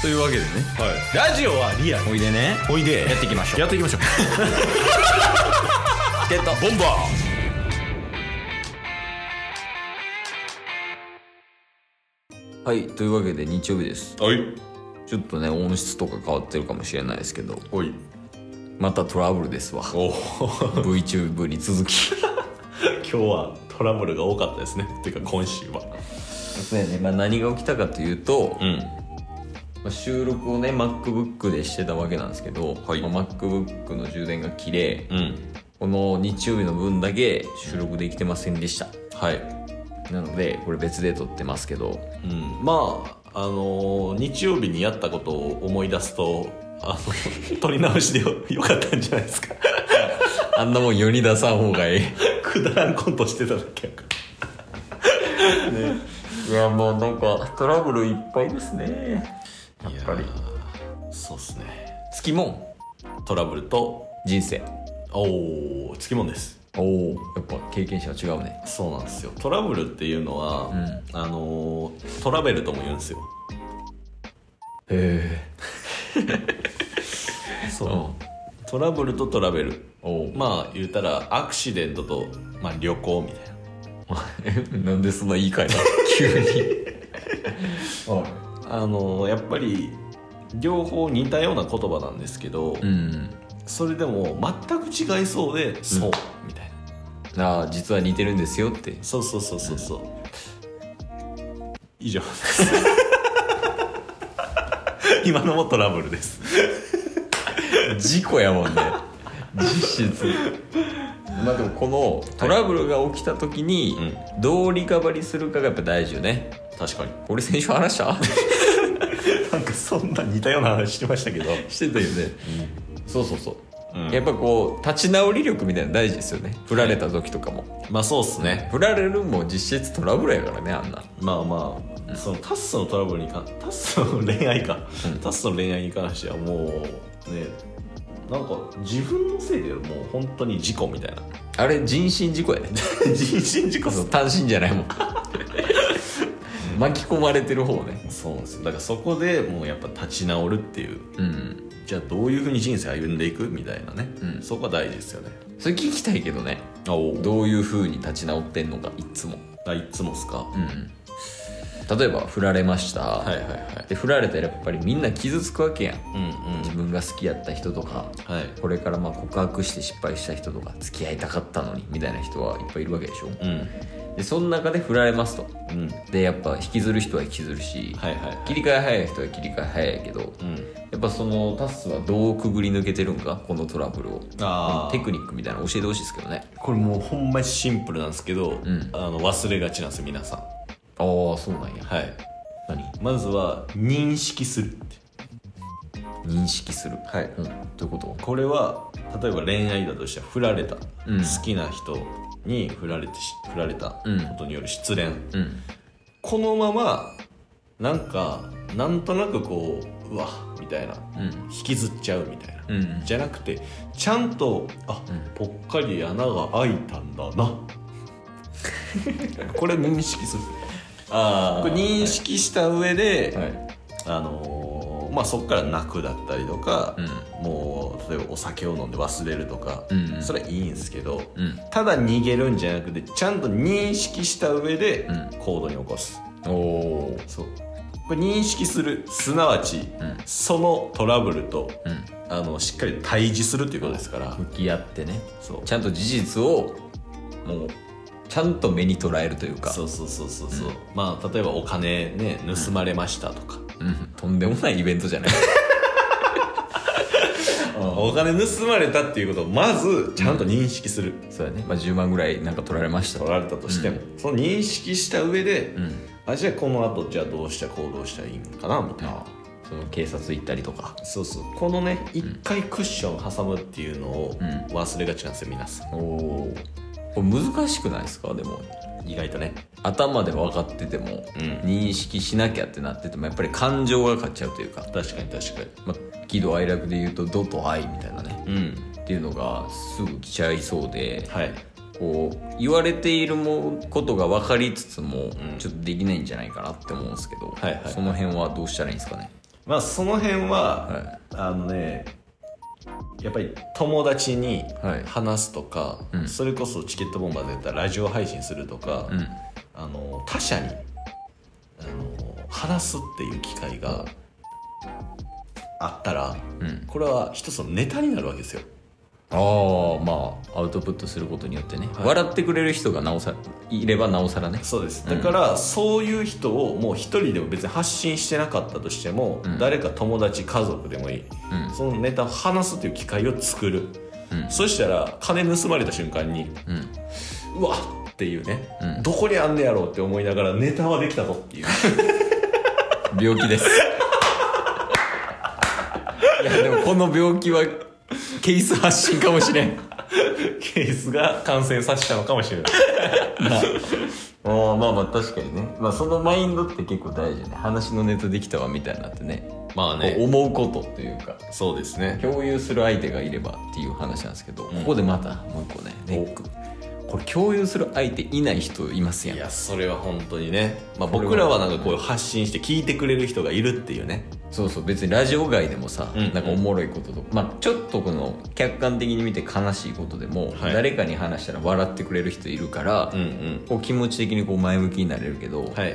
というわけでねはい、ラジオはリアルおいでねおいでやっていきましょうやっていきましょう ゲットボンバはいというわけで日曜日ですーはいちょっとね音質とか変わってるかもしれないですけどおいまたトラブルですわお VTube に続き 今日はトラブルが多かったですねていうか今週はそうやね、まあ、何が起きたかというと、うんまあ、収録をね MacBook でしてたわけなんですけど、はいまあ MacBook の充電が切れ、うんこの日曜日の分だけ収録できてませんでしたはいなのでこれ別で撮ってますけどうんまああのー日曜日にやったことを思い出すとあの 撮り直しでよよかったんじゃないですか あんなもん世に出さん方がいいくだらんコントしてただけやからいやもうなんかトラブルいっぱいですねやっぱりいやーそうっすねつきもんトラブルと人生おおつきもんですおおやっぱ経験者は違うねそうなんですよトラブルっていうのは、んあのートラベルとも言うんですよ へそうんトラブルとトラベルおおまあ言ったらアクシデントと、まあ、旅行みたいな なんでそんな言い換えた 急にあのーやっぱり両方似たような言葉なんですけど、うんそれでも全く違いそうでそう、みたいあなあ実は似てるんですよってそうそうそうそうそう以 上です今のもトラブルです事故やもんね 実質まあでもこのトラブルが起きた時にはどうリカバリするかがやっぱ大事よね確かに俺先週話したなんかそんな似たような話してましたけど してたよね、そうそうそう、うんやっぱこう立ち直り力みたいなの大事ですよね振られた時とかもまあそうっすね振られるも実質トラブルやからねあんなまあまあそのタッスのトラブルに関タッスの恋愛か、タッスの恋愛に関してはもうねなんか自分のせいでもう本当に事故みたいなあれ人身事故や ね 人身事故そう単身じゃないもん巻き込まれてる方ねそうなんですよだからそこでもうやっぱ立ち直るっていううんじゃあどういうふうに人生歩んでいくみたいなね、うんそこは大事ですよねそれ聞きたいけどねあおどどういう風に立ち直ってんのかいっつもあいつもっすか、うん例えば振られました、はいはいはいで振られたらやっぱりみんな傷つくわけやんうんうん自分が好きやった人とかはいこれからまあ告白して失敗した人とか付き合いたかったのにみたいな人はいっぱいいるわけでしょうんでその中で振られますとうんでやっぱ引きずる人は引きずるし、はいは切り替え早い人は切り替え早いけどいうんやっぱそのタスはどうくぐり抜けてるんかこのトラブルをあーテクニックみたいなの教えてほしいですけどねこれもうほんまにシンプルなんですけど、んあの忘れがちなんですよ皆さんああそうなんやはい何まずは認識するって認識するはいうん、どういうことこれは例えば恋愛だとしたら振られた、うん好きな人に振られてし振られたこうんとによる失恋、うんこのままなんかなんとなくこううわみたいなうん引きずっちゃうみたいな、うんじゃなくてちゃんとあ、ぽっかり穴が開いたんだ なこれ認識するあこれ認識した上で、はいあのーまあ、そこから泣くだったりとか、うもう例えばお酒を飲んで忘れるとか、うんうんそれはいいんですけど、うんただ逃げるんじゃなくてちゃんと認識した上でうん行動に起こす、おおそうこれ認識するすなわち、んそのトラブルと、うんあのしっかり対峙するということですから、向き合ってねそうちゃんと事実をもうちゃんと目に捉えるというかそうそうそうそうそうまあ例えばお金ね盗まれましたとか、うん、とんでもないイベントじゃないお金盗まれたっていうことをまずちゃんと認識する、 そうやね、まあ、10万ぐらいなんか取られました取られたとしても、その認識した上で、うんあじゃあこの後じゃあどうした行動したらいいのかなみたいな、ああその警察行ったりとかそうそうこのね一回クッション挟むっていうのをうん忘れがちなんですよ皆さんおおこれ難しくないですかでも意外とね頭で分かってても、うん認識しなきゃってなっててもやっぱり感情が勝っちゃうというか、確かに確かまあ、喜怒哀楽で言うと「怒」と「愛」みたいなねにうんっていうのがすぐ来ちゃいそうではいこう言われているもことが分かりつつもんちょっとできないんじゃないかなって思うんですけど、はいはいその辺はどうしたらいいんですかねまあその辺は、はあのねやっぱり友達にはい話すとか、うんそれこそチケットボンバーでやったらラジオ配信するとか、い、うん、あの他者にあの話すっていう機会があったらうん、これは一つのネタになるわけですよああまあアウトプットすることによってね、はい笑ってくれる人がなおさいればなおさらねそうですだからそういう人をもう一人でも別に発信してなかったとしても、うん誰か友達家族でもいいそのネタを話すっていう機会を作る、うんそしたら金盗まれた瞬間にうんうんうわっっていうね、うんどこにあんねやろうって思いながらネタはできたぞ っていう 病気ですいやでもこの病気はケース発信かもしれんケースが感染させたのかもしれない ああまあまあ確かにね、まあ、そのマインドって結構大事ね話のネタできたわみたいなってねまあこう思うことというかそうですね共有する相手がいればっていう話なんですけど、んここでまたもう一個ねネックこれ共有する相手いない人いますいやんやそれは本当にね、まあ、これは僕らはなんかこう発信して聞いてくれる人がいるっていうねそうそう別にラジオ外でもさ、うんなんかおもろいこととか、まあ、ちょっとこの客観的に見て悲しいことでも、はい誰かに話したら笑ってくれる人いるから、んこう気持ち的にこう前向きになれるけど、はい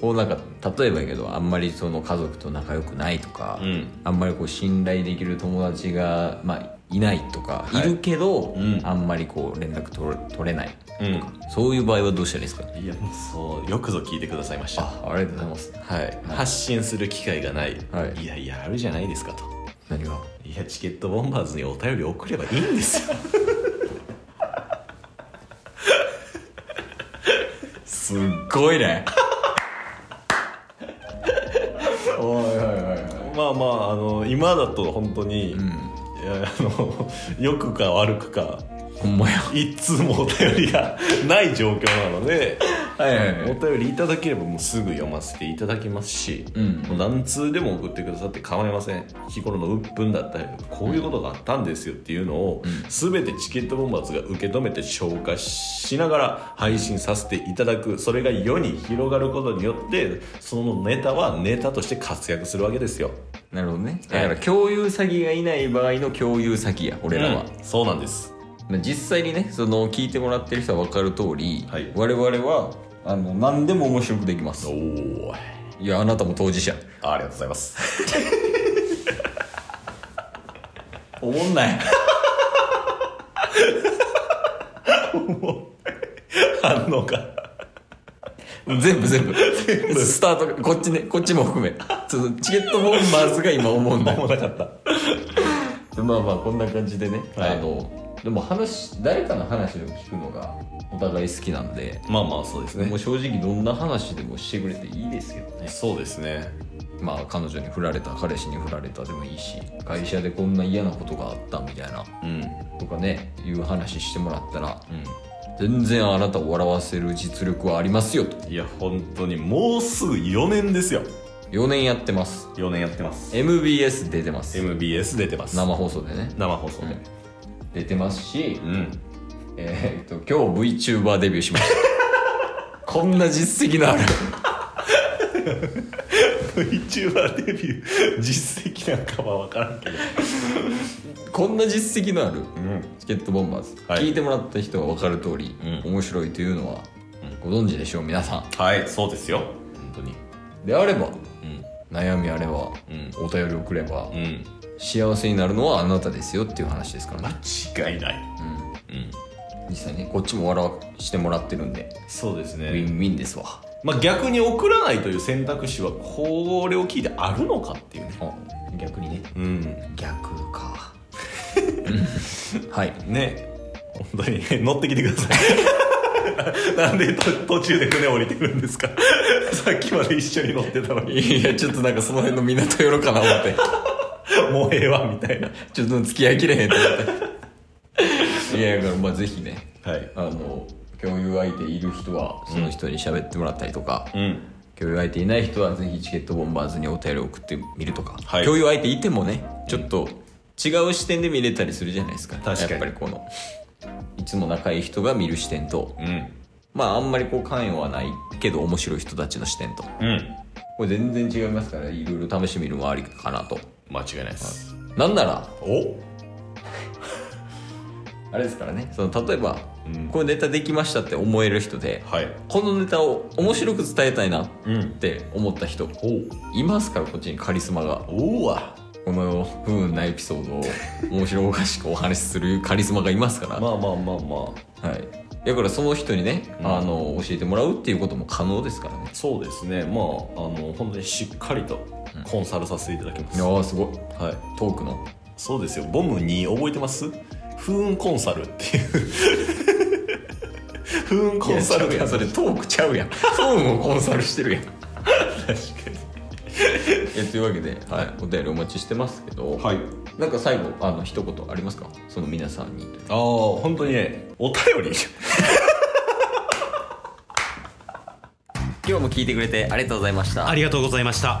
こうなんか例えばやけどあんまりその家族と仲良くないとか、うんあんまりこう信頼できる友達が、まあ、いないとか、はいい、るけど、うんあんまりこう連絡取れ取れないうんそういう場合はどうしたらいいですかいやもうそうよくぞ聞いてくださいましたあありがとうございますはい、発信する機会がない、はいやいやあるじゃないですかと何がいやチケットボンバーズにお便り送ればいいんで すよすっごいね おいおいおいおいまあまああの今だと本当に、うんいやあの良くか悪くかほんまや一通もお便りがない状況なの ではいはお便りいただければもうすぐ読ませていただきますし、うんもう何通でも送ってくださって構いません日頃の鬱憤だったりこういうことがあったんですよっていうのを、全てチケットボンバーズが受け止めて消化しながら配信させていただくそれが世に広がることによってそのネタはネタとして活躍するわけですよなるほどねだから共有先がいない場合の共有先や俺らは、うんそうなんですまあ実際にねその聞いてもらってる人は分かる通り、はい我々はあの何でも面白くできますおおいやあなたも当事者ありがとうございますおもんない反応が全部 全部スタートこっちねこっちも含めそのチケットボンバーズが今おもんないもなかったまあまあこんな感じでね、はいあのでも話誰かの話を聞くのがお互い好きなんで、まあまあそうですねもう正直どんな話でもしてくれていいですけどねそうですねまあ彼女に振られた彼氏に振られたでもいいし会社でこんな嫌なことがあったみたいなうんとかねいう話してもらったらうん全然あなたを笑わせる実力はありますよといや本当にもうすぐ4年ですよ4年やってます4年やってます MBS 出てます MBS 出てます生放送でね生放送で出てますしう、ん、 えーっと今日 VTuber デビューしました こんな実績のある VTuber デビュー実績なんかは分からんけどこんな実績のあるうんチケットボンバーズ、はい聞いてもらった人は分かる通り、うん面白いというのはご存知でしょう皆さはいそうですよ本当にんであればうん悩みあればうんお便りをくれば、うん幸せになるのはあなたですよっていう話ですからね、間違いないうん実際ねこっちも笑わしてもらってるんでそうですウィねンウィンですわまあ逆に送らないという選択肢はこれを聞いてあるのかっていうねあ逆にねうん逆かはいね本当に乗ってきてください なんでと途中で船降りてくるんですか さっきまで一緒に乗ってたの にいやちょっとなんかその辺の港寄ろうかな思ってもうええわみたいな ちょっと付き合いきれへんと思っていやだからまあぜひねはいあの共有相手いる人はその人に喋ってもらったりとか、うん共有相手いない人はぜひチケットボンバーズにお便りを送ってみるとか、はい共有相手いてもねちょっと違う視点で見れたりするじゃないですか確かにやっぱりこのいつも仲いい人が見る視点とうんまああんまりこう関与はないけど面白い人たちの視点とうんこれ全然違いますからいろいろ試してみるもありかなと間違いないです、なんならおあれですからねその例えば、うんこういうネタできましたって思える人ではいこのネタを面白く伝えたいなっうんて思った人おいますからこっちにカリスマがおうわこの不運なエピソードを面白おかしくお話しするカリスマがいますから、まあまあまあまあはい、だからその人にね、うんあの教えてもらうっていうことも可能ですからねそうですねまああの本当にしっかりとコンサルさせていただきます、ああすごいはいトークのそうですよボムに覚えてます風雲コンサルっていう風雲コンサルいやちゃうやんそれトークちゃうやんトーンをコンサルしてるやん 確かにえというわけで、はい、お便りお待ちしてますけど、はいなんか最後あの一言ありますかその皆さんにああ本当にねお便り今日も聞いてくれてありがとうございましたありがとうございました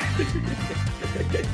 す